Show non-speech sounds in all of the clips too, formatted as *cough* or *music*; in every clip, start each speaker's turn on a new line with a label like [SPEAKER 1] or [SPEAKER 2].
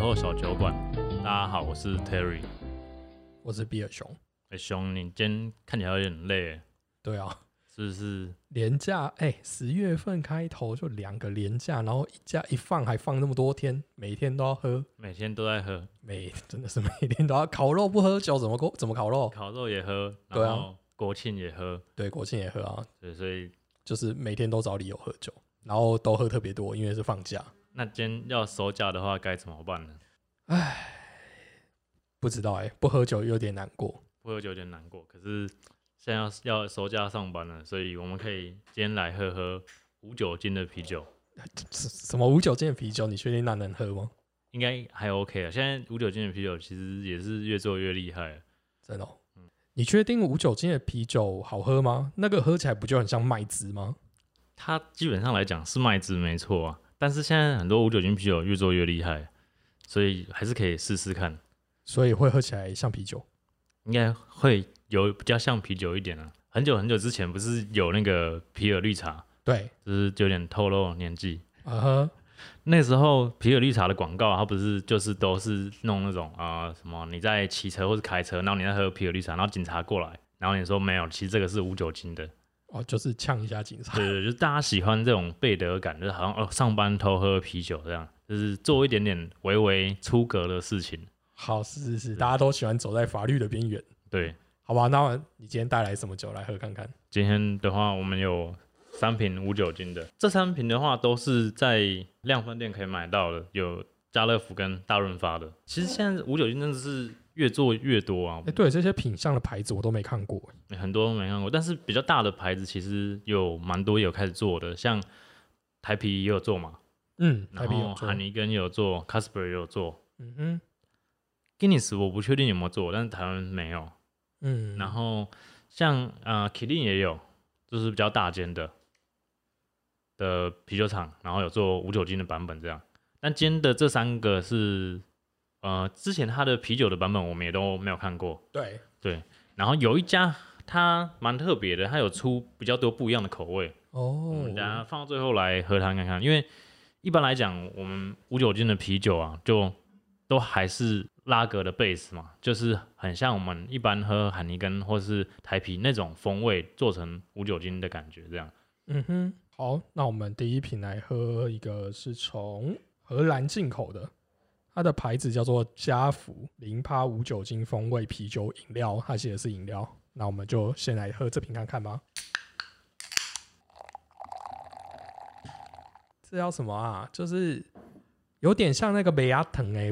[SPEAKER 1] 后小酒馆。大家好，我是 Terry。
[SPEAKER 2] 我是比尔熊。
[SPEAKER 1] 哎、兄，你今天看起来有点累，
[SPEAKER 2] 对啊，
[SPEAKER 1] 是不是？
[SPEAKER 2] 廉价哎，十、月份开头就两个廉价，然后一假一放还放那么多天，每天都要喝，
[SPEAKER 1] 每天都在喝
[SPEAKER 2] 每 *laughs* 真的是每天都要烤肉不喝酒怎么过怎么烤肉？
[SPEAKER 1] 烤肉也喝，
[SPEAKER 2] 对啊
[SPEAKER 1] 然后国庆也喝，
[SPEAKER 2] 对，国庆也喝啊，
[SPEAKER 1] 对，所以
[SPEAKER 2] 就是每天都找理由喝酒，然后都喝特别多，因为是放假。
[SPEAKER 1] 那今天要收假的话该怎么办呢？
[SPEAKER 2] 不知道哎、不喝酒有点难过。
[SPEAKER 1] 不喝酒有点难过，可是现在要要收假上班了，所以我们可以今天来喝喝无酒精的啤酒，
[SPEAKER 2] 什什么无酒精的啤酒，你确定那能喝吗？
[SPEAKER 1] 应该还 OK 啊。现在无酒精的啤酒其实也是越做越厉害了，
[SPEAKER 2] 真的、哦？你确定无酒精的啤酒好喝吗？那个喝起来不就很像麦汁吗？
[SPEAKER 1] 它基本上来讲是麦汁没错啊，但是现在很多无酒精啤酒越做越厉害，所以还是可以试试看，
[SPEAKER 2] 所以会喝起来像啤酒。
[SPEAKER 1] 应该会有比较像啤酒一点啊。很久很久之前不是有那个皮尔绿茶，
[SPEAKER 2] 对，
[SPEAKER 1] 就是有点透露年纪。
[SPEAKER 2] 啊哈，
[SPEAKER 1] 那时候皮尔绿茶的广告，它不是就是都是弄那种啊、呃什么你在骑车或是开车，然后你在喝皮尔绿茶，然后警察过来，然后你说没有，其实这个是无酒精的。
[SPEAKER 2] 哦，就是呛一下
[SPEAKER 1] *laughs*
[SPEAKER 2] 警察。
[SPEAKER 1] 对对，对就是大家喜欢这种背德感，就是好像哦上班偷喝啤酒这样，就是做一点点微微出格的事情。
[SPEAKER 2] 好，是是是，大家都喜欢走在法律的边缘，
[SPEAKER 1] 对，
[SPEAKER 2] 好吧？那你今天带来什么酒来喝看看？
[SPEAKER 1] 今天的话我们有三瓶无酒精的，这三瓶的话都是在量贩店可以买到的，有家乐福跟大润发的。其实现在无酒精真的是越做越多啊
[SPEAKER 2] 哎、，对，这些品相的牌子我都没看过、
[SPEAKER 1] 很多都没看过，但是比较大的牌子其实有蛮多有开始做的，像台啤也有做嘛，
[SPEAKER 2] 嗯，台
[SPEAKER 1] 然
[SPEAKER 2] 啤
[SPEAKER 1] 后
[SPEAKER 2] 有做
[SPEAKER 1] 海，尼根也有做，Casper 也有做。
[SPEAKER 2] 嗯哼，
[SPEAKER 1] Guinness 我不确定有没有做，但是台湾没有。
[SPEAKER 2] 嗯，
[SPEAKER 1] 然后像呃 Kilin 也有，就是比较大间的的啤酒厂，然后有做无酒精的版本这样。但今天的这三个是呃之前它的啤酒的版本我们也都没有看过，
[SPEAKER 2] 对，
[SPEAKER 1] 然后有一家它蛮特别的，它有出比较多不一样的口味，我
[SPEAKER 2] 哦
[SPEAKER 1] 们，等一下放到最后来喝它看看，因为一般来讲，我们无酒精的啤酒啊，就都还是拉格的 base 嘛，就是很像我们一般喝海尼根或是台啤那种风味做成无酒精的感觉这样。
[SPEAKER 2] 嗯哼，好，那我们第一瓶来喝一个是从荷兰进口的，它的牌子叫做家福零趴无酒精风味啤酒饮料，它写的是饮料。那我们就先来喝这瓶看看吧。这叫什么啊？就是有点像那个美牙藤哎、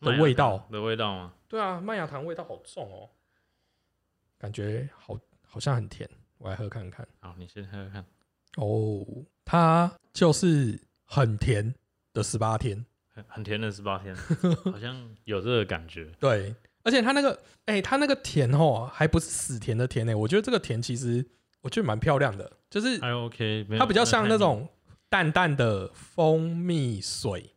[SPEAKER 2] 的味
[SPEAKER 1] 麦芽
[SPEAKER 2] 道
[SPEAKER 1] 糖的味道吗？
[SPEAKER 2] 对啊，麦芽糖味道好重哦，感觉好好像很甜，我来喝看看。
[SPEAKER 1] 好，你先喝喝看，
[SPEAKER 2] 哦，它就是很甜的十八天，
[SPEAKER 1] 很很甜的十八天，好像有这个感
[SPEAKER 2] *laughs*
[SPEAKER 1] 觉。
[SPEAKER 2] 对，而且它那个，哎、它那个甜哦，还不是死甜的甜呢、我觉得这个甜其实我觉得蛮漂亮的，就是
[SPEAKER 1] 还 OK，没有啊
[SPEAKER 2] 它比较像那
[SPEAKER 1] 太
[SPEAKER 2] 种淡淡的蜂蜜水，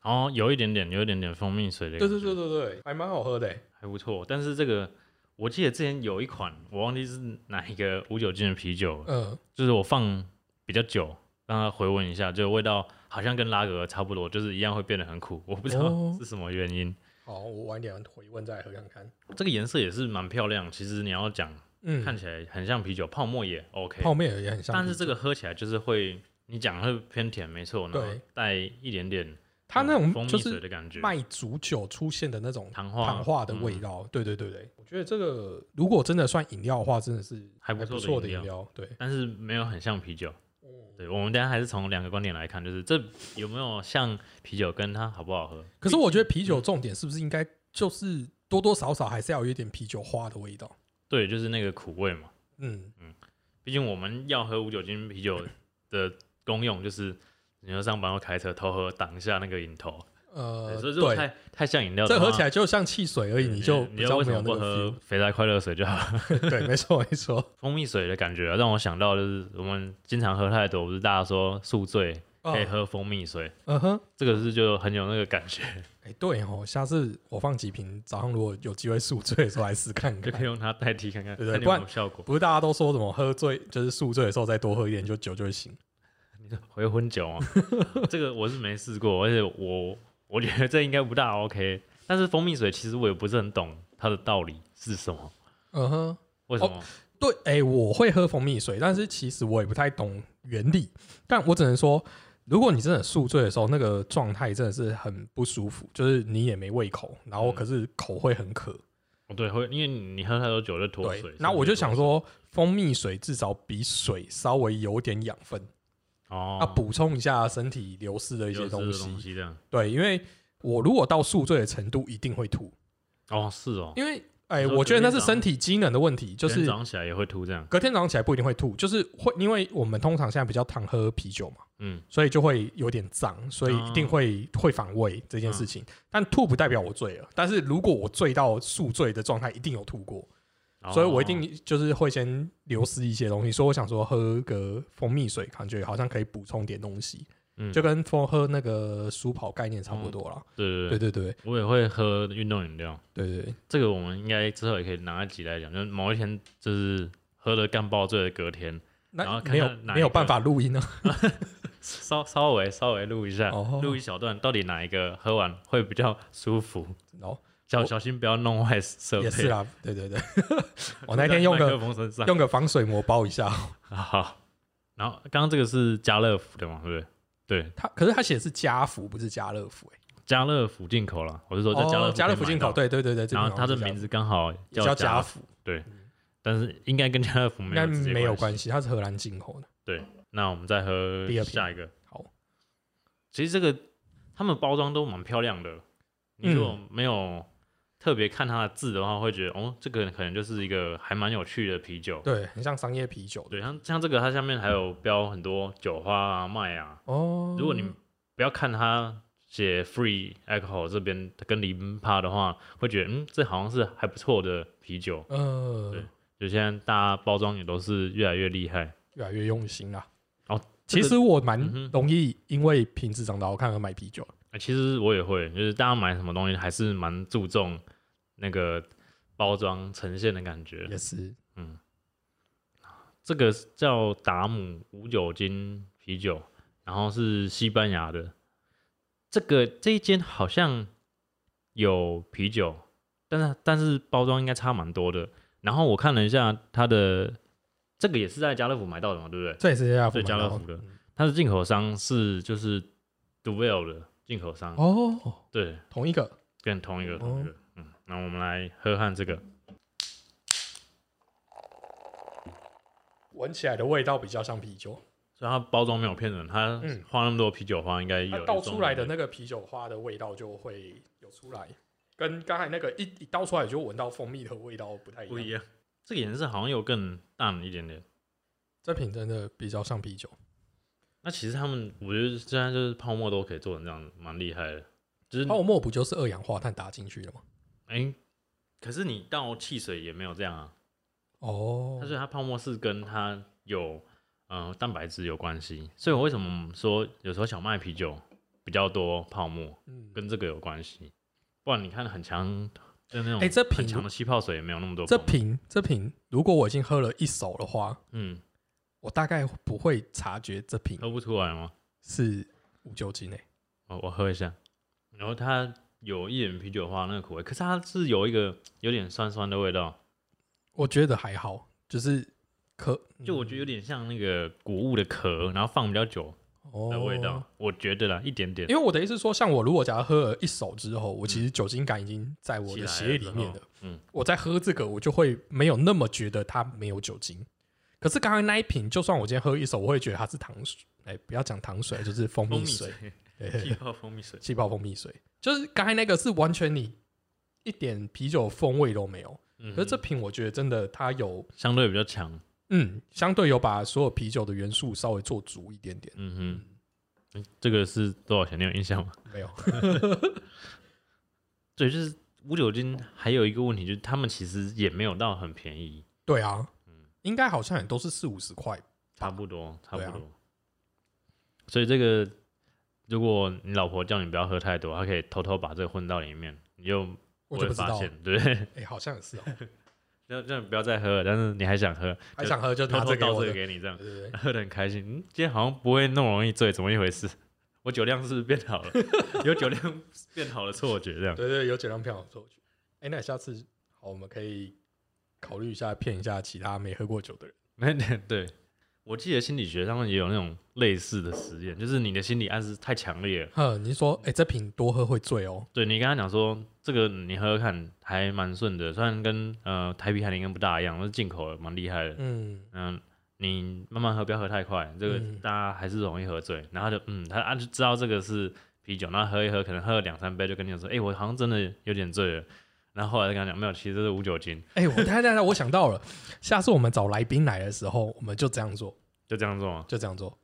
[SPEAKER 1] 哦，有一点点，有一点点蜂蜜水的
[SPEAKER 2] 对
[SPEAKER 1] 感觉。
[SPEAKER 2] 对对对对，还蛮好喝的、欸
[SPEAKER 1] 还不错。但是这个我记得之前有一款，我忘记是哪一个无酒精的啤酒了，
[SPEAKER 2] 嗯，
[SPEAKER 1] 就是我放比较久，让它回温一下，就味道好像跟拉格差不多，就是一样会变得很苦。 *laughs* 我不知道
[SPEAKER 2] 哦
[SPEAKER 1] 是什么原因。
[SPEAKER 2] 好，我晚点回问再来喝嗯看看，
[SPEAKER 1] 这个颜色也是蛮漂亮，其实你要讲
[SPEAKER 2] 嗯，
[SPEAKER 1] 看起来很像啤酒，泡沫也 OK，
[SPEAKER 2] 泡面也很像啤酒，
[SPEAKER 1] 但是这个喝起来就是会。你讲会偏甜，没错，然后
[SPEAKER 2] 对
[SPEAKER 1] 带一点点
[SPEAKER 2] 它那
[SPEAKER 1] 嗯蜂
[SPEAKER 2] 种
[SPEAKER 1] 蜜
[SPEAKER 2] 就
[SPEAKER 1] 水
[SPEAKER 2] 是
[SPEAKER 1] 的感觉，
[SPEAKER 2] 卖煮酒出现的那种
[SPEAKER 1] 糖化嗯
[SPEAKER 2] 糖化的味道。对对对对，我觉得这个如果真的算饮料的话，真的是
[SPEAKER 1] 还不
[SPEAKER 2] 不
[SPEAKER 1] 错
[SPEAKER 2] 错
[SPEAKER 1] 的
[SPEAKER 2] 的
[SPEAKER 1] 饮料
[SPEAKER 2] 饮料。哦对，
[SPEAKER 1] 但是没有很像啤酒。对，我们等一下还是从两个观点来看，就是这有没有像啤酒，跟它好不好喝。
[SPEAKER 2] 可是我觉得啤酒
[SPEAKER 1] 嗯
[SPEAKER 2] 重点是不是应该就是多多少少还是要有一点啤酒花的味道？
[SPEAKER 1] 对，就是那个苦味嘛。
[SPEAKER 2] 嗯，
[SPEAKER 1] 毕竟我们要喝无酒精啤酒的功用，就是你要上班或开车偷喝，挡一下那个瘾头。嗯对
[SPEAKER 2] 呃，
[SPEAKER 1] 所以如果
[SPEAKER 2] 对，
[SPEAKER 1] 太太像饮料的
[SPEAKER 2] 这
[SPEAKER 1] 话，
[SPEAKER 2] 喝起来就像汽水而已，
[SPEAKER 1] 你
[SPEAKER 2] 你就
[SPEAKER 1] 你
[SPEAKER 2] 比
[SPEAKER 1] 要
[SPEAKER 2] 较
[SPEAKER 1] 为
[SPEAKER 2] 没
[SPEAKER 1] 什
[SPEAKER 2] 有
[SPEAKER 1] 么不
[SPEAKER 2] 那
[SPEAKER 1] 喝
[SPEAKER 2] 个
[SPEAKER 1] 肥宅快乐水就好了？
[SPEAKER 2] feel。对， *laughs* 没错没错。
[SPEAKER 1] 蜂蜜水的感觉啊、让我想到就是我们经常喝太多，不是大家说宿醉 *laughs* 可以
[SPEAKER 2] 啊，
[SPEAKER 1] 喝蜂蜜水，
[SPEAKER 2] 嗯哼，
[SPEAKER 1] 这个是就很有那个感
[SPEAKER 2] *laughs*
[SPEAKER 1] 觉，
[SPEAKER 2] 哎，对哦，下次我放几瓶，早上如果有机会宿醉的时候来试看
[SPEAKER 1] 就可
[SPEAKER 2] 看
[SPEAKER 1] 以。用它代替看看，
[SPEAKER 2] 对对
[SPEAKER 1] 看有
[SPEAKER 2] 不
[SPEAKER 1] 没
[SPEAKER 2] 然
[SPEAKER 1] 有效果。
[SPEAKER 2] 不是大家都说什么喝醉就是宿醉的时候再多喝一点，就酒就会醒。
[SPEAKER 1] *laughs* 回婚酒啊，这个我是没试过，而且我我觉得这应该不大 OK。但是蜂蜜水其实我也不是很懂它的道理是什么，
[SPEAKER 2] 嗯哼，
[SPEAKER 1] 为什么？
[SPEAKER 2] 对，哎、我会喝蜂蜜水，但是其实我也不太懂原理，但我只能说，如果你真的宿醉的时候，那个状态真的是很不舒服，就是你也没胃口，然后
[SPEAKER 1] 嗯
[SPEAKER 2] 可是口会很渴，
[SPEAKER 1] 哦对，会因为你喝太多酒就脱水
[SPEAKER 2] 对。，那
[SPEAKER 1] 所以
[SPEAKER 2] 我就
[SPEAKER 1] 会
[SPEAKER 2] 想
[SPEAKER 1] 脱
[SPEAKER 2] 说，蜂蜜水至少比水稍微有点养分，
[SPEAKER 1] 水，哦，
[SPEAKER 2] 啊，补充一下身体流失的一
[SPEAKER 1] 有
[SPEAKER 2] 些
[SPEAKER 1] 吃的
[SPEAKER 2] 东
[SPEAKER 1] 东
[SPEAKER 2] 西。
[SPEAKER 1] 西这样。
[SPEAKER 2] 对，因为我如果到宿醉的程度，一定会吐，
[SPEAKER 1] 哦，是哦，
[SPEAKER 2] 因为哎、
[SPEAKER 1] 你说
[SPEAKER 2] 我觉得那
[SPEAKER 1] 隔天
[SPEAKER 2] 是
[SPEAKER 1] 早
[SPEAKER 2] 身体机能的问题，就
[SPEAKER 1] 有人
[SPEAKER 2] 是
[SPEAKER 1] 早上起来也会吐这样。
[SPEAKER 2] 隔天早上起来不一定会吐，就是会，因为我们通常现在比较常喝啤酒嘛，
[SPEAKER 1] 嗯，
[SPEAKER 2] 所以就会有点胀，所以一定会、
[SPEAKER 1] 哦
[SPEAKER 2] 会反胃这件事情。
[SPEAKER 1] 嗯
[SPEAKER 2] 但吐不代表我醉了，但是如果我醉到宿醉的状态，一定有吐过，
[SPEAKER 1] 哦
[SPEAKER 2] 所以我一定就是会先流失一些东西。所以我想说，喝个蜂蜜水，感觉好像可以补充点东西，
[SPEAKER 1] 嗯
[SPEAKER 2] 就跟风喝那个舒跑概念差不多啦。
[SPEAKER 1] 对对对，
[SPEAKER 2] 对对对
[SPEAKER 1] 我也会喝运动饮料。
[SPEAKER 2] 对对对，
[SPEAKER 1] 这个我们应该之后也可以拿一集来讲，就是某一天就是喝了干爆醉的隔天，然
[SPEAKER 2] 那
[SPEAKER 1] 后看
[SPEAKER 2] 没有
[SPEAKER 1] 看哪一个
[SPEAKER 2] 没有办法录
[SPEAKER 1] *laughs*
[SPEAKER 2] 音啊。
[SPEAKER 1] 稍稍微稍微录一下，
[SPEAKER 2] 哦
[SPEAKER 1] 录、一小段，到底哪一个喝完会比较舒服？
[SPEAKER 2] 哦，
[SPEAKER 1] 小
[SPEAKER 2] 我
[SPEAKER 1] 小心不要弄坏设备。
[SPEAKER 2] 也是啦，
[SPEAKER 1] *laughs*
[SPEAKER 2] 对对对，我
[SPEAKER 1] 就在
[SPEAKER 2] 那天用
[SPEAKER 1] 麦克
[SPEAKER 2] 个
[SPEAKER 1] 风身上
[SPEAKER 2] 用个防水膜包一下。
[SPEAKER 1] 好。然后刚刚这个是家乐福的嘛，对不对？对，
[SPEAKER 2] 它可是它写的是家福，不是家乐福、欸。
[SPEAKER 1] 家乐福进口啦，我是说在家乐
[SPEAKER 2] 哦，
[SPEAKER 1] 福
[SPEAKER 2] 家乐
[SPEAKER 1] 可
[SPEAKER 2] 福
[SPEAKER 1] 以
[SPEAKER 2] 进
[SPEAKER 1] 买到
[SPEAKER 2] 口，。对对对对。这
[SPEAKER 1] 然后
[SPEAKER 2] 边好
[SPEAKER 1] 它的
[SPEAKER 2] 像是
[SPEAKER 1] 名字刚好
[SPEAKER 2] 家福也
[SPEAKER 1] 家
[SPEAKER 2] 叫家
[SPEAKER 1] 乐福，
[SPEAKER 2] 福，
[SPEAKER 1] 但是应该跟家乐福
[SPEAKER 2] 应
[SPEAKER 1] 没
[SPEAKER 2] 该
[SPEAKER 1] 有直接
[SPEAKER 2] 没有
[SPEAKER 1] 关
[SPEAKER 2] 关。系，它是荷兰进口的。
[SPEAKER 1] 那我们再喝
[SPEAKER 2] 第二瓶
[SPEAKER 1] 下一个。
[SPEAKER 2] 好，
[SPEAKER 1] 其实这个他们包装都蛮漂亮的，你如果没有特别看它的字的话，会觉得哦，这个可能就是一个还蛮有趣的啤酒。
[SPEAKER 2] 对，很像商业啤酒的。
[SPEAKER 1] 哦对，像像这个，它下面还有标很多酒花啊、麦啊。
[SPEAKER 2] 哦，
[SPEAKER 1] 如果你不要看它写 free alcohol 这边跟零趴的话，会觉得嗯，这好像是还不错的啤酒。
[SPEAKER 2] 呃
[SPEAKER 1] 对就现在大家包装也都是越来越厉害。
[SPEAKER 2] 越来越用心啦。
[SPEAKER 1] 哦，
[SPEAKER 2] 其实我蛮
[SPEAKER 1] 嗯哼
[SPEAKER 2] 容易因为瓶子长得好看而买啤酒。
[SPEAKER 1] 呃其实我也会，就是大家买什么东西还是蛮注重那个包装呈现的感觉。
[SPEAKER 2] 也是，
[SPEAKER 1] 这个叫达姆无酒精啤酒，然后是西班牙的。这个这一间好像有啤酒，但是但是包装应该差蛮多的。然后我看了一下它的，这个也是在家乐福买到的嘛，对不对？
[SPEAKER 2] 这也是家乐福
[SPEAKER 1] 对
[SPEAKER 2] 买
[SPEAKER 1] 家
[SPEAKER 2] 到
[SPEAKER 1] 乐
[SPEAKER 2] 的
[SPEAKER 1] 福的，它的进口商是就是 Duvel 的进口商，
[SPEAKER 2] 哦，
[SPEAKER 1] 对，
[SPEAKER 2] 同一个。
[SPEAKER 1] 跟同一个
[SPEAKER 2] 哦
[SPEAKER 1] 同一个。嗯，那我们来喝看这个，
[SPEAKER 2] 闻起来的味道比较像啤酒，
[SPEAKER 1] 虽然它包装没有骗人，它
[SPEAKER 2] 嗯
[SPEAKER 1] 花那么多啤酒花应该有
[SPEAKER 2] 它
[SPEAKER 1] 一
[SPEAKER 2] 倒
[SPEAKER 1] 种
[SPEAKER 2] 出来的那个啤酒花的味道就会有出来，跟刚才那个一一倒出来就闻到蜂蜜的味道不太一
[SPEAKER 1] 不
[SPEAKER 2] 样
[SPEAKER 1] 一。样。这个颜色好像又更淡一点点。
[SPEAKER 2] 这瓶真的比较像啤酒，
[SPEAKER 1] 那其实他们，我觉得现在就是泡沫都可以做成这样，蛮厉害的。就是哎、
[SPEAKER 2] 泡沫不就是二氧化碳打进去的吗？
[SPEAKER 1] 可是你倒汽水也没有这样啊。
[SPEAKER 2] 哦
[SPEAKER 1] 但是它泡沫是跟它有呃蛋白质有关系，所以我为什么说有时候小麦啤酒比较多泡沫，
[SPEAKER 2] 嗯，
[SPEAKER 1] 跟这个有关系。不然你看很强的那种，
[SPEAKER 2] 哎这
[SPEAKER 1] 很
[SPEAKER 2] 瓶
[SPEAKER 1] 强的气泡水也没有那么多泡
[SPEAKER 2] 这
[SPEAKER 1] 沫。
[SPEAKER 2] 瓶这瓶，如果我已经喝了一手的话，
[SPEAKER 1] 嗯，
[SPEAKER 2] 我大概不会察觉这瓶
[SPEAKER 1] 喝不出来吗？
[SPEAKER 2] 是无酒精诶。
[SPEAKER 1] 哦我我喝一下。然后它有一点啤酒花那个苦味，可是它是有一个有点酸酸的味道，
[SPEAKER 2] 我觉得还好，就是可嗯
[SPEAKER 1] 就我觉得有点像那个谷物的壳，然后放比较久
[SPEAKER 2] 有
[SPEAKER 1] 的味道，我觉得啦，一点点。
[SPEAKER 2] 哦因为我的意思是说，像我如果假如喝了一手之后，我其实酒精感已经在我
[SPEAKER 1] 嗯起
[SPEAKER 2] 的
[SPEAKER 1] 来
[SPEAKER 2] 血液
[SPEAKER 1] 之
[SPEAKER 2] 里
[SPEAKER 1] 后
[SPEAKER 2] 面了。
[SPEAKER 1] 嗯，
[SPEAKER 2] 我在喝这个，我就会没有那么觉得它没有酒精。可是刚才那一瓶，就算我今天喝一手，我会觉得它是糖水，哎、不要讲糖水，就是蜂
[SPEAKER 1] 蜂
[SPEAKER 2] 蜜
[SPEAKER 1] 蜜
[SPEAKER 2] 水
[SPEAKER 1] 水，，气泡蜂蜜水，
[SPEAKER 2] *laughs* 气泡蜂蜜水。就是刚才那个是完全你一点啤酒风味都没有，
[SPEAKER 1] 嗯，
[SPEAKER 2] 可是这瓶我觉得真的它有，
[SPEAKER 1] 相对比较强。
[SPEAKER 2] 嗯，相对有把所有啤酒的元素稍微做足一点点，
[SPEAKER 1] 嗯哼，嗯这个是多少钱？你有印象吗？
[SPEAKER 2] 没有，
[SPEAKER 1] 对，就是无酒精。还有一个问题就是，他们其实也没有到很便宜，
[SPEAKER 2] 对啊，应该好像也都是四五十块，
[SPEAKER 1] 差不多，差不
[SPEAKER 2] 对啊
[SPEAKER 1] 多。所以这个，如果你老婆叫你不要喝太多，她可以偷偷把这个混到里面，你就不
[SPEAKER 2] 我就
[SPEAKER 1] 会
[SPEAKER 2] 不知
[SPEAKER 1] 发
[SPEAKER 2] 道，
[SPEAKER 1] 现
[SPEAKER 2] 哎、，
[SPEAKER 1] 对不对？ *laughs*
[SPEAKER 2] 好像也是哦、
[SPEAKER 1] 就就不要再喝了，但是你还想
[SPEAKER 2] *laughs*
[SPEAKER 1] 喝，
[SPEAKER 2] 还想喝就
[SPEAKER 1] 偷
[SPEAKER 2] 拿
[SPEAKER 1] 偷
[SPEAKER 2] 这个给
[SPEAKER 1] 倒
[SPEAKER 2] 我
[SPEAKER 1] 这个
[SPEAKER 2] 的，
[SPEAKER 1] 给你，这样
[SPEAKER 2] 对对对。
[SPEAKER 1] 喝的很开心。嗯，今天好像不会那么容易醉，怎么一回事？ *laughs* 我酒量是不是变好了？ *laughs* 有酒量变好的错觉这样。 *laughs*
[SPEAKER 2] 对对，有酒量票错觉。哎、那下次好，我们可以考虑一下骗一下其他没喝过酒的人。
[SPEAKER 1] 那对，我记得心理学上面也有那种类似的实验，就是你的心理暗示太强烈了。
[SPEAKER 2] 呵，你说，哎、这瓶多喝会醉哦。
[SPEAKER 1] 对你跟他讲说，这个你喝喝看还蛮顺的，虽然跟呃台啤海林根不大一样，但是进口的蛮厉害的。
[SPEAKER 2] 嗯，
[SPEAKER 1] 嗯，你慢慢喝，不要喝太快，这个
[SPEAKER 2] 嗯
[SPEAKER 1] 大家还是容易喝醉。然后他就嗯，他他就知道这个是啤酒，然后喝一喝，可能喝了两三杯，就跟你讲说，哎、我好像真的有点醉了。然后后来再跟他讲，没有，其实这是无酒精，
[SPEAKER 2] 哎、我等一下等一下，我想到了，下次我们找来宾来的时候，我们就这样做，
[SPEAKER 1] 就这样做嘛。
[SPEAKER 2] 就这样做。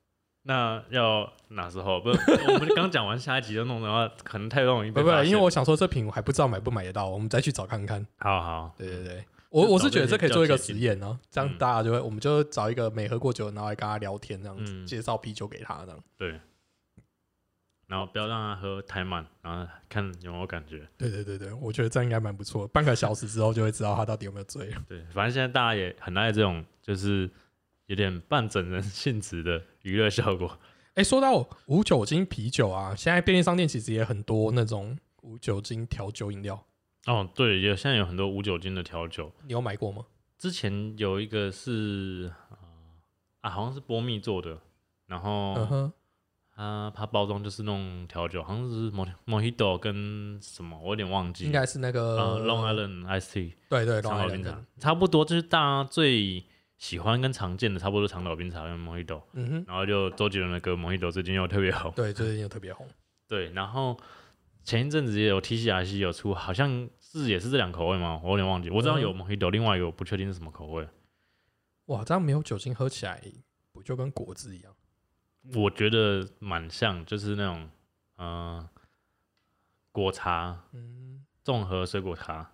[SPEAKER 1] 那要哪时候？不，我们刚讲完下一集就弄的话，可能太容易被
[SPEAKER 2] 不不
[SPEAKER 1] 发，现
[SPEAKER 2] 因为我想说这瓶我还不知道买不买得到，我们再去找看看。
[SPEAKER 1] 好好，
[SPEAKER 2] 对对对，我我是觉得这可以做一个实验呢、
[SPEAKER 1] 嗯
[SPEAKER 2] 这样大家就会，我们就找一个没喝过酒的，然后来跟他聊天，这样子、
[SPEAKER 1] 嗯
[SPEAKER 2] 介绍啤酒给他，这样。
[SPEAKER 1] 对。然后不要让他喝太慢，然后看有没有感觉。
[SPEAKER 2] 对对对对，我觉得这样应该蛮不错，半个小时之后就会知道他到底有没有醉了。
[SPEAKER 1] 对，反正现在大家也很爱这种，就是有点半整人性质的娱乐效果。
[SPEAKER 2] 哎、说到无酒精啤酒啊，现在便利商店其实也很多那种无酒精调酒饮料，
[SPEAKER 1] 哦，对，有现在有很多无酒精的调酒。
[SPEAKER 2] 你有买过吗？
[SPEAKER 1] 之前有一个是呃啊，好像是波蜜做的，然后
[SPEAKER 2] 嗯哼，
[SPEAKER 1] 它它包装就是弄调酒，好像是 Mo- Mojito 跟什么，我有点忘记。
[SPEAKER 2] 应该是那个、
[SPEAKER 1] 呃，Long Island Ice Tea
[SPEAKER 2] 对
[SPEAKER 1] 长
[SPEAKER 2] 对龙
[SPEAKER 1] 岛
[SPEAKER 2] 海
[SPEAKER 1] 冰
[SPEAKER 2] 人
[SPEAKER 1] 茶
[SPEAKER 2] 的，，
[SPEAKER 1] 差不多就是大家最喜欢跟常见的差不多，长岛冰茶跟 Mojito。
[SPEAKER 2] 嗯哼，
[SPEAKER 1] 然后就周杰伦的歌《Mojito》最近又特别红。
[SPEAKER 2] 对，最近又特别红。
[SPEAKER 1] 对，然后前一阵子也有 TCRC 有出，好像是也是这两口味吗？我有点忘记，我知道有
[SPEAKER 2] 嗯
[SPEAKER 1] Mojito，、另外一个我不确定是什么口味。
[SPEAKER 2] 哇，这样没有酒精喝起来不就跟果汁一样？
[SPEAKER 1] 我觉得蛮像，就是那种嗯、呃果茶
[SPEAKER 2] 嗯，
[SPEAKER 1] 综合水果茶，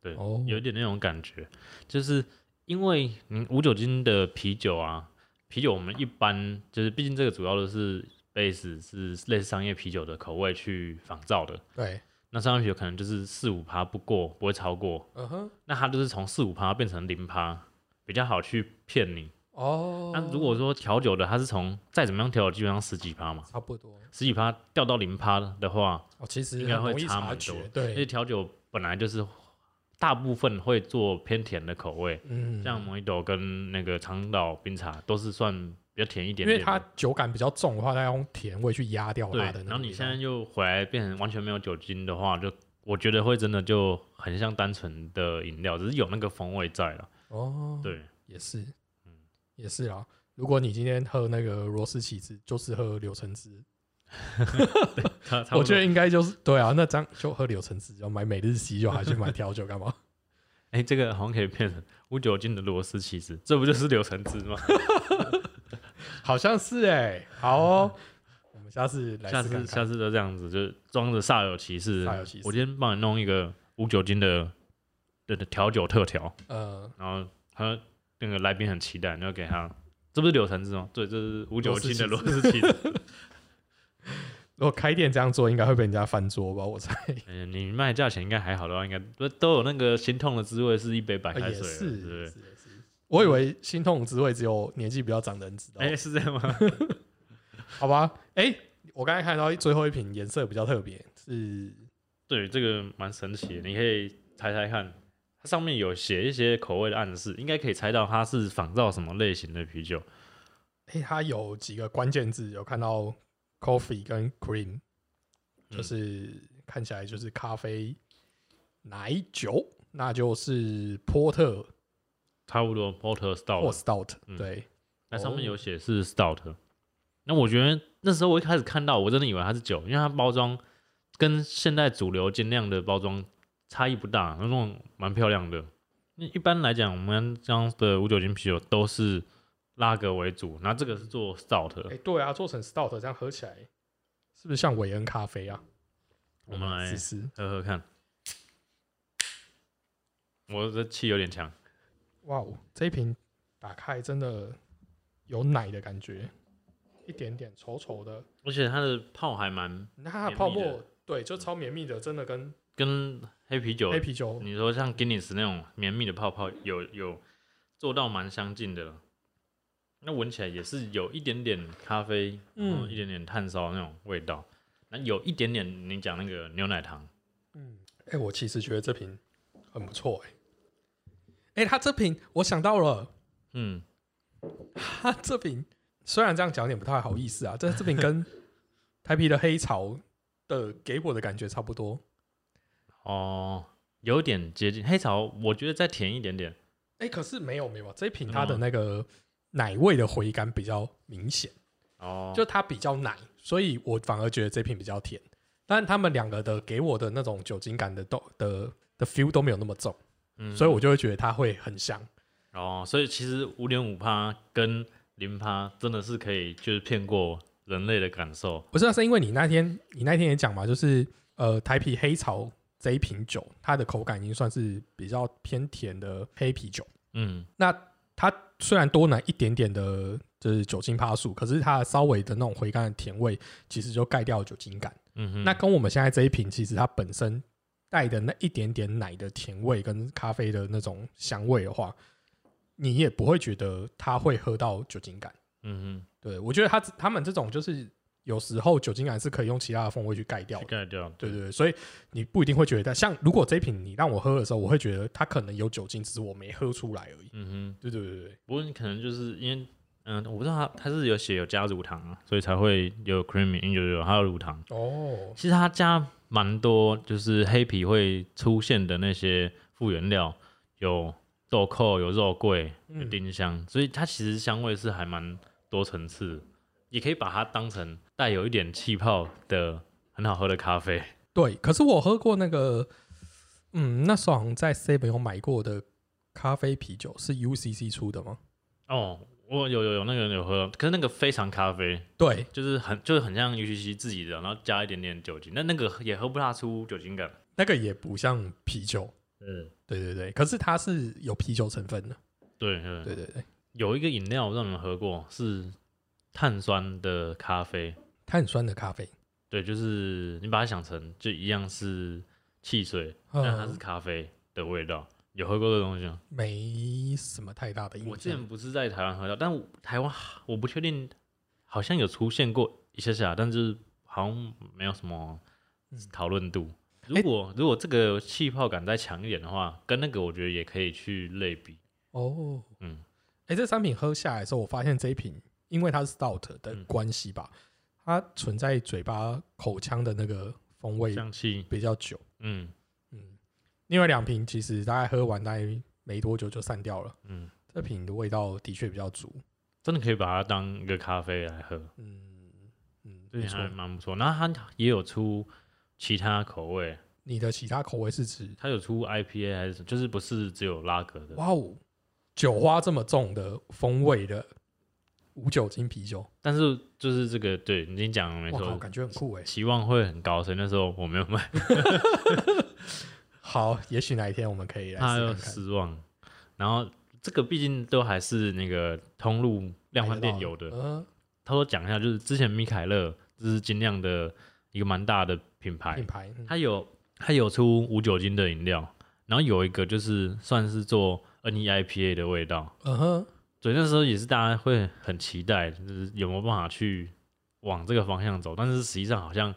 [SPEAKER 1] 对
[SPEAKER 2] 哦，
[SPEAKER 1] 有一点那种感觉，就是因为你无酒精的啤酒啊，啤酒我们一般就是毕竟这个主要的是 base 是类似商业啤酒的口味去仿造的，
[SPEAKER 2] 对，
[SPEAKER 1] 那商业啤酒可能就是四五趴不过，不会超过，
[SPEAKER 2] 嗯哼，
[SPEAKER 1] 那它就是从四五趴变成零趴，比较好去骗你。
[SPEAKER 2] 哦，
[SPEAKER 1] 那如果说调酒的，它是从再怎么样调酒，基本上十几趴嘛，
[SPEAKER 2] 差不多
[SPEAKER 1] 十几趴掉到零趴的话，
[SPEAKER 2] 哦，其实
[SPEAKER 1] 应该
[SPEAKER 2] 很
[SPEAKER 1] 会
[SPEAKER 2] 容易
[SPEAKER 1] 差
[SPEAKER 2] 察
[SPEAKER 1] 蛮
[SPEAKER 2] 觉
[SPEAKER 1] 多，因为
[SPEAKER 2] 对，
[SPEAKER 1] 调酒本来就是大部分会做偏甜的口味，
[SPEAKER 2] 嗯，
[SPEAKER 1] 像 Mojito 跟那个长岛冰茶都是算比较甜一点
[SPEAKER 2] 因
[SPEAKER 1] 点
[SPEAKER 2] 为
[SPEAKER 1] 的。
[SPEAKER 2] 它酒感比较重的话，它要用甜味去压掉
[SPEAKER 1] 对
[SPEAKER 2] 它的，那个味道。
[SPEAKER 1] 然后你现在又回来变成完全没有酒精的话，就我觉得会真的就很像单纯的饮料，只是有那个风味在了。
[SPEAKER 2] 哦，，
[SPEAKER 1] 对，
[SPEAKER 2] 也是，嗯，也是啊。如果你今天喝那个罗氏起子，就是喝柳橙汁，
[SPEAKER 1] 差差不多
[SPEAKER 2] 我觉得应该就是对啊。那这样就喝柳橙汁，要买每日啤酒还是买调酒干嘛？
[SPEAKER 1] 哎、这个好像可以变成无酒精的螺丝起子，这不就是柳橙汁吗？
[SPEAKER 2] 好像是哎、好哦，我们下次 *laughs* 来
[SPEAKER 1] 下
[SPEAKER 2] 试
[SPEAKER 1] 次
[SPEAKER 2] 看
[SPEAKER 1] 下
[SPEAKER 2] 看。
[SPEAKER 1] 次就这样子，就装着煞有其事。
[SPEAKER 2] 煞有其事
[SPEAKER 1] 我今天帮你弄一个无酒精的的的调酒特调，
[SPEAKER 2] 呃，
[SPEAKER 1] 然后他那个来宾很期待，你要给他，这不是柳橙汁吗？对，这是无酒精的螺
[SPEAKER 2] 螺
[SPEAKER 1] 丝起 *laughs* 子。
[SPEAKER 2] 如果开店这样做，应该会被人家翻桌吧？
[SPEAKER 1] *laughs*
[SPEAKER 2] 我猜。
[SPEAKER 1] 嗯、你卖价钱应该还好的话，应该都都有那个心痛的滋味，是一杯白
[SPEAKER 2] 呃
[SPEAKER 1] 开
[SPEAKER 2] 也
[SPEAKER 1] 水了，
[SPEAKER 2] 是，
[SPEAKER 1] 对不
[SPEAKER 2] 也
[SPEAKER 1] 对？
[SPEAKER 2] 是也是我以为心痛滋味只有年纪比较长的人知道
[SPEAKER 1] 哎、，是这样吗？
[SPEAKER 2] 好吧？哎，我刚才看到最后一瓶颜色比较特别，是
[SPEAKER 1] 对，这个蛮神奇的，你可以猜猜看，它上面有写一些口味的暗示，应该可以猜到它是仿造什么类型的啤酒。
[SPEAKER 2] 哎，它有几个关键字，有看到 coffee 跟 cream，就是
[SPEAKER 1] 嗯
[SPEAKER 2] 看起来就是咖啡奶酒，那就是波特
[SPEAKER 1] 差不多 porter
[SPEAKER 2] 或
[SPEAKER 1] stout，
[SPEAKER 2] stout，
[SPEAKER 1] 嗯
[SPEAKER 2] 对，
[SPEAKER 1] 那上面
[SPEAKER 2] 哦
[SPEAKER 1] 有写是 stout。那我觉得那时候我一开始看到，我真的以为它是酒，因为它包装跟现在主流精酿的包装差异不大，那种蛮漂亮的。那一般来讲，我们这样的无酒精啤酒都是拉格为主，那这个是做 stout 的。
[SPEAKER 2] 哎，对啊，做成 stout 这样喝起来，是不是像韦恩咖啡啊？
[SPEAKER 1] 我们来
[SPEAKER 2] 试试，
[SPEAKER 1] 喝喝看。我的气有点强，
[SPEAKER 2] 哇哦，这一瓶打开真的有奶的感觉，一点点稠稠的。
[SPEAKER 1] 而且它的泡还蛮
[SPEAKER 2] 那它
[SPEAKER 1] 绵密
[SPEAKER 2] 的泡
[SPEAKER 1] 的
[SPEAKER 2] 沫对，就超绵密的，真的跟
[SPEAKER 1] 跟黑啤酒，
[SPEAKER 2] 黑啤酒
[SPEAKER 1] 你说像 Guinness 那种绵密的泡泡有有做到蛮相近的了。那闻起来也是有一点点咖啡，嗯，
[SPEAKER 2] 嗯
[SPEAKER 1] 一点点炭烧那种味道，那有一点点你讲那个牛奶糖，
[SPEAKER 2] 哎、我其实觉得这瓶很不错、哎，哎、它这瓶我想到了，
[SPEAKER 1] 嗯，
[SPEAKER 2] 它这瓶虽然这样讲有点不太好意思啊，但是这瓶跟 *laughs* 台啤的黑潮的给我的感觉差不多。
[SPEAKER 1] 哦，有点接近黑潮，我觉得再甜一点点，
[SPEAKER 2] 哎、可是没有没有，这一
[SPEAKER 1] 嗯
[SPEAKER 2] 瓶它的那个奶味的回甘比较明显，
[SPEAKER 1] 哦，
[SPEAKER 2] 就它比较奶，所以我反而觉得这瓶比较甜。但他们两个的给我的那种酒精感的都的的 feel 都没有那么重，
[SPEAKER 1] 嗯
[SPEAKER 2] 所以我就会觉得它会很香。
[SPEAKER 1] 哦，所以其实五点五趴跟零趴真的是可以，就是骗过人类的感受。
[SPEAKER 2] 不是、啊，是因为你那天你那天也讲嘛，就是呃，台啤黑潮这一瓶酒，它的口感已经算是比较偏甜的黑啤酒。
[SPEAKER 1] 嗯，
[SPEAKER 2] 那它虽然多奶一点点的，就是酒精趴数，可是它稍微的那种回甘的甜味，其实就盖掉了酒精感。
[SPEAKER 1] 嗯哼，
[SPEAKER 2] 那跟我们现在这一瓶，其实它本身带的那一点点奶的甜味跟咖啡的那种香味的话，你也不会觉得它会喝到酒精感。
[SPEAKER 1] 嗯
[SPEAKER 2] 对我觉得他他们这种就是有时候酒精感是可以用其他的风味去盖掉
[SPEAKER 1] 哼，去
[SPEAKER 2] 的。
[SPEAKER 1] 盖掉，
[SPEAKER 2] 对对对，所以你不一定会觉得，像如果这一瓶你让我喝的时候，我会觉得它可能有酒精，只是我没喝出来而已。
[SPEAKER 1] 嗯哼。
[SPEAKER 2] 对对对对，
[SPEAKER 1] 不过你可能就是因为，嗯、我不知道它它是有写有加乳糖啊，所以才会有 creamy，有有还有乳糖。
[SPEAKER 2] 哦，
[SPEAKER 1] 其实它加蛮多，就是黑啤会出现的那些复原料，有豆蔻、有肉桂、有
[SPEAKER 2] 嗯
[SPEAKER 1] 丁香，所以它其实香味是还蛮多层次的，也可以把它当成带有一点气泡的很好喝的咖啡。
[SPEAKER 2] 对。可是我喝过那个，嗯，那时候好像在 Seven 有买过的咖啡啤酒，是 UCC 出的吗？
[SPEAKER 1] 哦，我有有有那个有喝，可是那个非常咖啡，
[SPEAKER 2] 对，
[SPEAKER 1] 就是很就是很像 UCC 自己的，然后加一点点酒精，但那个也喝不大出酒精感。
[SPEAKER 2] 那个也不像啤酒。
[SPEAKER 1] 嗯，
[SPEAKER 2] 对对对，可是它是有啤酒成分的。
[SPEAKER 1] 对对
[SPEAKER 2] 对对对，
[SPEAKER 1] 有一个饮料我让你们喝过，是碳酸的咖啡。
[SPEAKER 2] 碳酸的咖啡。
[SPEAKER 1] 对，就是你把它想成就一样是汽水，
[SPEAKER 2] 呃
[SPEAKER 1] 但
[SPEAKER 2] 嗯
[SPEAKER 1] 它是咖啡的味道。有喝过这个东西吗？
[SPEAKER 2] 没什么太大的印象。
[SPEAKER 1] 我之前不是在台湾喝到，但我台湾我不确定，好像有出现过一下下，但是好像没有什么讨论度。
[SPEAKER 2] 嗯
[SPEAKER 1] 如果、如果这个气泡感再强一点的话，跟那个我觉得也可以去类比。
[SPEAKER 2] 哦，
[SPEAKER 1] 嗯，
[SPEAKER 2] 哎、这三瓶喝下来之后，我发现这一瓶，因为它是 stout 的
[SPEAKER 1] 嗯
[SPEAKER 2] 关系吧，它存在嘴巴、口腔的那个风味
[SPEAKER 1] 香气，
[SPEAKER 2] 比较久。
[SPEAKER 1] 嗯
[SPEAKER 2] 嗯，另外两瓶其实大概喝完大概没多久就散掉了。
[SPEAKER 1] 嗯，
[SPEAKER 2] 这瓶的味道的确比较足。
[SPEAKER 1] 真的可以把它当一个咖啡来喝，
[SPEAKER 2] 嗯嗯，
[SPEAKER 1] 对，
[SPEAKER 2] 没错
[SPEAKER 1] 还。蛮不错。然后它也有出其他口味，
[SPEAKER 2] 你的其他口味是指？
[SPEAKER 1] 它有出 IPA 还是什么就是不是只有拉格的？
[SPEAKER 2] 哇哦，酒花这么重的风味的无酒精啤酒，
[SPEAKER 1] 但是就是这个，对你已经讲了没
[SPEAKER 2] 我靠，
[SPEAKER 1] 错，
[SPEAKER 2] 感觉很酷哎。
[SPEAKER 1] 期望会很高，所以那时候我没有买。
[SPEAKER 2] 好，也许哪一天我们可以来
[SPEAKER 1] 怕
[SPEAKER 2] 试
[SPEAKER 1] 又
[SPEAKER 2] 看看。
[SPEAKER 1] 失望。然后这个毕竟都还是那个通路量贩店有的。
[SPEAKER 2] 嗯，
[SPEAKER 1] 偷偷讲一下，就是之前米凯勒，这是精酿的一个蛮大的品牌
[SPEAKER 2] 品，牌，嗯
[SPEAKER 1] 它有它有出无酒精的饮料，然后有一个就是算是做 E NEIPA 的味道。
[SPEAKER 2] 嗯哼，
[SPEAKER 1] 所以那时候也是大家会很期待，就是有没有办法去往这个方向走，但是实际上好像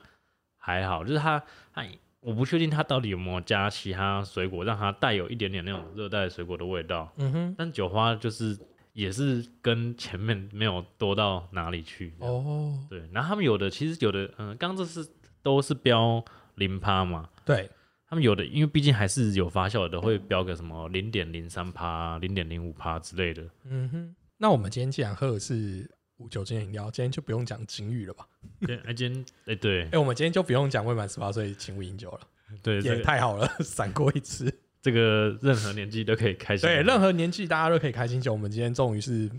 [SPEAKER 1] 还好，就是它它我不确定它到底有没有加其他水果，让它带有一点点那种热带水果的味道，
[SPEAKER 2] 嗯哼，
[SPEAKER 1] 但酒花就是也是跟前面没有多到哪里去。
[SPEAKER 2] 哦，
[SPEAKER 1] 对，然后他们有的其实有的，嗯、刚刚这是都是标零趴嘛，
[SPEAKER 2] 对，
[SPEAKER 1] 他们有的因为毕竟还是有发酵的，会标个什么零点零三趴、零点零五趴之类的。
[SPEAKER 2] 嗯哼。那我们今天既然喝的是无酒精饮料，今天就不用讲金玉了吧？
[SPEAKER 1] 对，哎，今天 *laughs* 哎对
[SPEAKER 2] 哎、，我们今天就不用讲未满十八岁请勿饮酒了，
[SPEAKER 1] 对，这
[SPEAKER 2] 也
[SPEAKER 1] 个
[SPEAKER 2] 太好了， *laughs* 闪过一次。
[SPEAKER 1] 这个任何年纪都可以开心。
[SPEAKER 2] 对，任何年纪大家都可以开心酒。我们今天终于是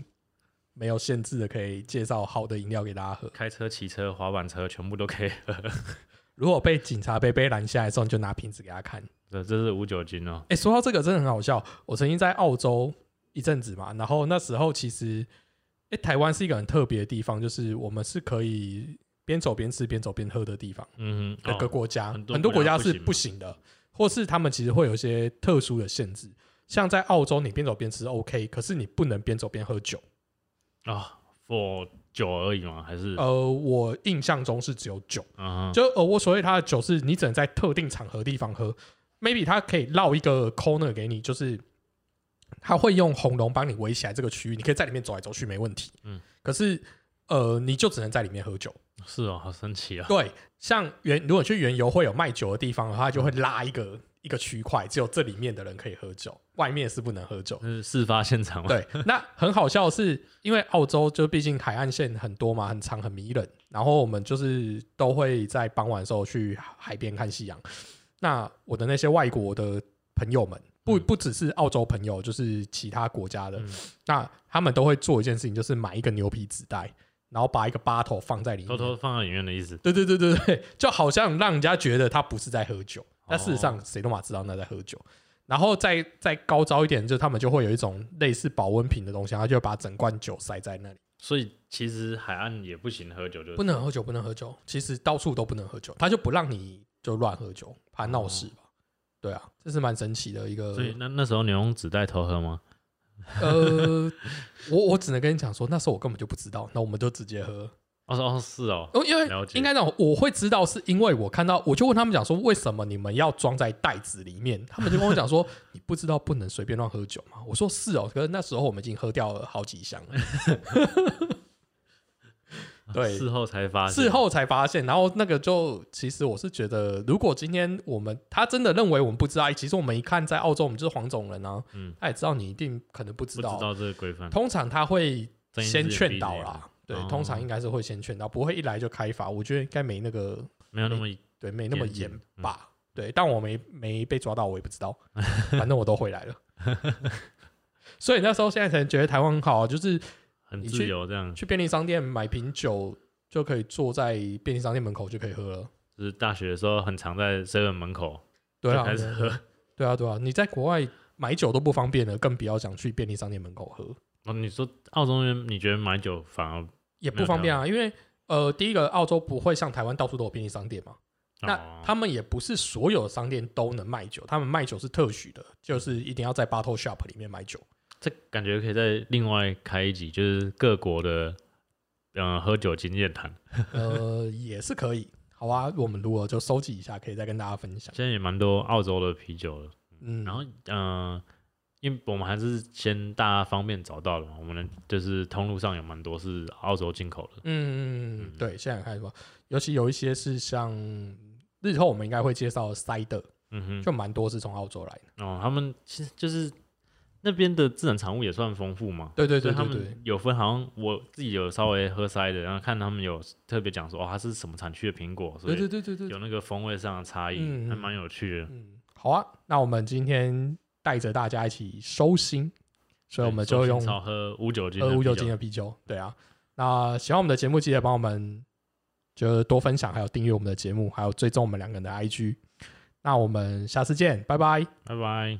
[SPEAKER 2] 没有限制的，可以介绍好的饮料给大家喝。
[SPEAKER 1] 开车、骑车、滑板车，全部都可以喝。 *laughs*
[SPEAKER 2] 如果被警察杯杯拦下来之后，你就拿瓶子给他看。
[SPEAKER 1] 这这是无酒精哦。
[SPEAKER 2] 哎、说到这个真的很好笑。我曾经在澳洲一阵子嘛，然后那时候其实，哎、台湾是一个很特别的地方，就是我们是可以边走边吃、边走边喝的地方。
[SPEAKER 1] 嗯哼，
[SPEAKER 2] 各个
[SPEAKER 1] 哦、
[SPEAKER 2] 国家、
[SPEAKER 1] 很多
[SPEAKER 2] 很多
[SPEAKER 1] 国
[SPEAKER 2] 国
[SPEAKER 1] 家不
[SPEAKER 2] 家是
[SPEAKER 1] 行嘛
[SPEAKER 2] 不行的，或是他们其实会有一些特殊的限制。像在澳洲，你边走边吃 OK，可是你不能边走边喝酒。
[SPEAKER 1] 啊，for 酒而已吗？还是
[SPEAKER 2] 呃，我印象中是只有酒，
[SPEAKER 1] 嗯哼
[SPEAKER 2] 就呃，我所谓它的酒是你只能在特定场合地方喝，maybe 它可以绕一个 corner 给你，就是它会用红龙帮你围起来这个区域，你可以在里面走来走去没问题。
[SPEAKER 1] 嗯，
[SPEAKER 2] 可是呃，你就只能在里面喝酒。
[SPEAKER 1] 是哦，好神奇啊！
[SPEAKER 2] 对，像原如果去原油会有卖酒的地方的话，它就会拉一个一个区块，只有这里面的人可以喝酒，外面是不能喝酒。
[SPEAKER 1] 是事发现场吗？
[SPEAKER 2] 对， *laughs* 那很好笑的是，因为澳洲就毕竟海岸线很多嘛，很长很迷人，然后我们就是都会在傍晚的时候去海边看夕阳。那我的那些外国的朋友们，不
[SPEAKER 1] 嗯
[SPEAKER 2] 不只是澳洲朋友，就是其他国家的，
[SPEAKER 1] 嗯
[SPEAKER 2] 那他们都会做一件事情，就是买一个牛皮纸袋，然后把一个八头放在里
[SPEAKER 1] 偷
[SPEAKER 2] 面，
[SPEAKER 1] 偷放在里面的意思。
[SPEAKER 2] 对对对对对，就好像让人家觉得他不是在喝酒，但事实上谁都嘛知道那在喝酒。然后再再高招一点，就他们就会有一种类似保温瓶的东西，他就会把整罐酒塞在那里，
[SPEAKER 1] 所以其实海岸也不行喝酒，就
[SPEAKER 2] 不能喝酒，不能喝酒。其实到处都不能喝酒，他就不让你就乱喝酒，怕闹事吧？对啊，这是蛮神奇的一个
[SPEAKER 1] 所。以那那时候你用纸袋偷喝吗？
[SPEAKER 2] 呃，我我只能跟你讲说，那时候我根本就不知道，那我们就直接喝。
[SPEAKER 1] 哦哦是哦，
[SPEAKER 2] 哦，因为
[SPEAKER 1] 了解
[SPEAKER 2] 应该让我会知道，是因为我看到，我就问他们讲说，为什么你们要装在袋子里面？他们就跟我讲说，你不知道不能随便乱喝酒吗？我说是哦，可是那时候我们已经喝掉了好几箱了，
[SPEAKER 1] *laughs*
[SPEAKER 2] 对
[SPEAKER 1] 事后才发现，
[SPEAKER 2] 事后才发现。然后那个就，其实我是觉得，如果今天我们他真的认为我们不知道，哎其实我们一看在澳洲，我们就是黄种人啊，
[SPEAKER 1] 嗯
[SPEAKER 2] 他也知道你一定可能不知
[SPEAKER 1] 不知
[SPEAKER 2] 道，
[SPEAKER 1] 道这个规范，
[SPEAKER 2] 通常他会
[SPEAKER 1] 睁一只
[SPEAKER 2] 先
[SPEAKER 1] 眼
[SPEAKER 2] 劝
[SPEAKER 1] 闭一只
[SPEAKER 2] 导
[SPEAKER 1] 眼
[SPEAKER 2] 啦。对，
[SPEAKER 1] 哦
[SPEAKER 2] 通常应该是会先劝导，不会一来就开罚。我觉得应该没那个
[SPEAKER 1] 没有那么
[SPEAKER 2] 对，没那么
[SPEAKER 1] 严谨嗯
[SPEAKER 2] 严吧？对，但我没没被抓到，我也不
[SPEAKER 1] *laughs*
[SPEAKER 2] 知道，反正我都回来了。 *laughs* 所以那时候现在才觉得台湾很好，啊就是
[SPEAKER 1] 很
[SPEAKER 2] 你
[SPEAKER 1] 自
[SPEAKER 2] 去
[SPEAKER 1] 由这样，
[SPEAKER 2] 去便利商店买瓶酒就可以坐在便利商店门口就可以喝了。
[SPEAKER 1] 就是大学的时候很常在 seven 门口
[SPEAKER 2] 对
[SPEAKER 1] 就
[SPEAKER 2] 啊，
[SPEAKER 1] 开始喝，
[SPEAKER 2] 对啊，对啊，你在国外买酒都不方便了，更不要讲去便利商店门口喝，
[SPEAKER 1] *laughs* 哦，你说澳洲那边你觉得买酒反而
[SPEAKER 2] 也不方便啊。因为呃，第一个澳洲不会像台湾到处都有便利商店嘛，那
[SPEAKER 1] 哦
[SPEAKER 2] 他们也不是所有的商店都能卖酒，他们卖酒是特许的，就是一定要在 bottle shop 里面买酒。
[SPEAKER 1] 这感觉可以在另外开一集，就是各国的嗯、呃喝酒经验谈，
[SPEAKER 2] 呃，也是可以。好啊，我们如果就收集一下，可以再跟大家分享。
[SPEAKER 1] 现在也蛮多澳洲的啤酒了。
[SPEAKER 2] 嗯，
[SPEAKER 1] 然后嗯、呃因为我们还是先大家方便找到了嘛，我们就是通路上有蛮多是澳洲进口的，
[SPEAKER 2] 嗯，对，现在看什么？尤其有一些是像日后我们应该会介绍的 cider，
[SPEAKER 1] 嗯
[SPEAKER 2] 就蛮多是从澳洲来的。
[SPEAKER 1] 哼，哦，他们其实就是那边的自然产物也算丰富嘛。
[SPEAKER 2] 对对
[SPEAKER 1] 所
[SPEAKER 2] 对
[SPEAKER 1] 以他
[SPEAKER 2] 对对
[SPEAKER 1] 们，有分，好像我自己有稍微喝塞的，然后看他们有特别讲说，哦，它是什么产区的苹果，所
[SPEAKER 2] 对对
[SPEAKER 1] 以
[SPEAKER 2] 对对对，
[SPEAKER 1] 有那个风味上的差异，
[SPEAKER 2] 嗯嗯
[SPEAKER 1] 还蛮有趣的。
[SPEAKER 2] 嗯，好啊，那我们今天带着大家一起收心，所以我们
[SPEAKER 1] 对
[SPEAKER 2] 就
[SPEAKER 1] 首先
[SPEAKER 2] 用
[SPEAKER 1] 少喝无酒精的
[SPEAKER 2] 喝
[SPEAKER 1] 啤酒，
[SPEAKER 2] 无酒精的啤酒。对啊，那喜欢我们的节目，记得帮我们就是多分享，还有订阅我们的节目，还有追踪我们两个人的 IG。那我们下次见，拜拜。
[SPEAKER 1] 拜拜。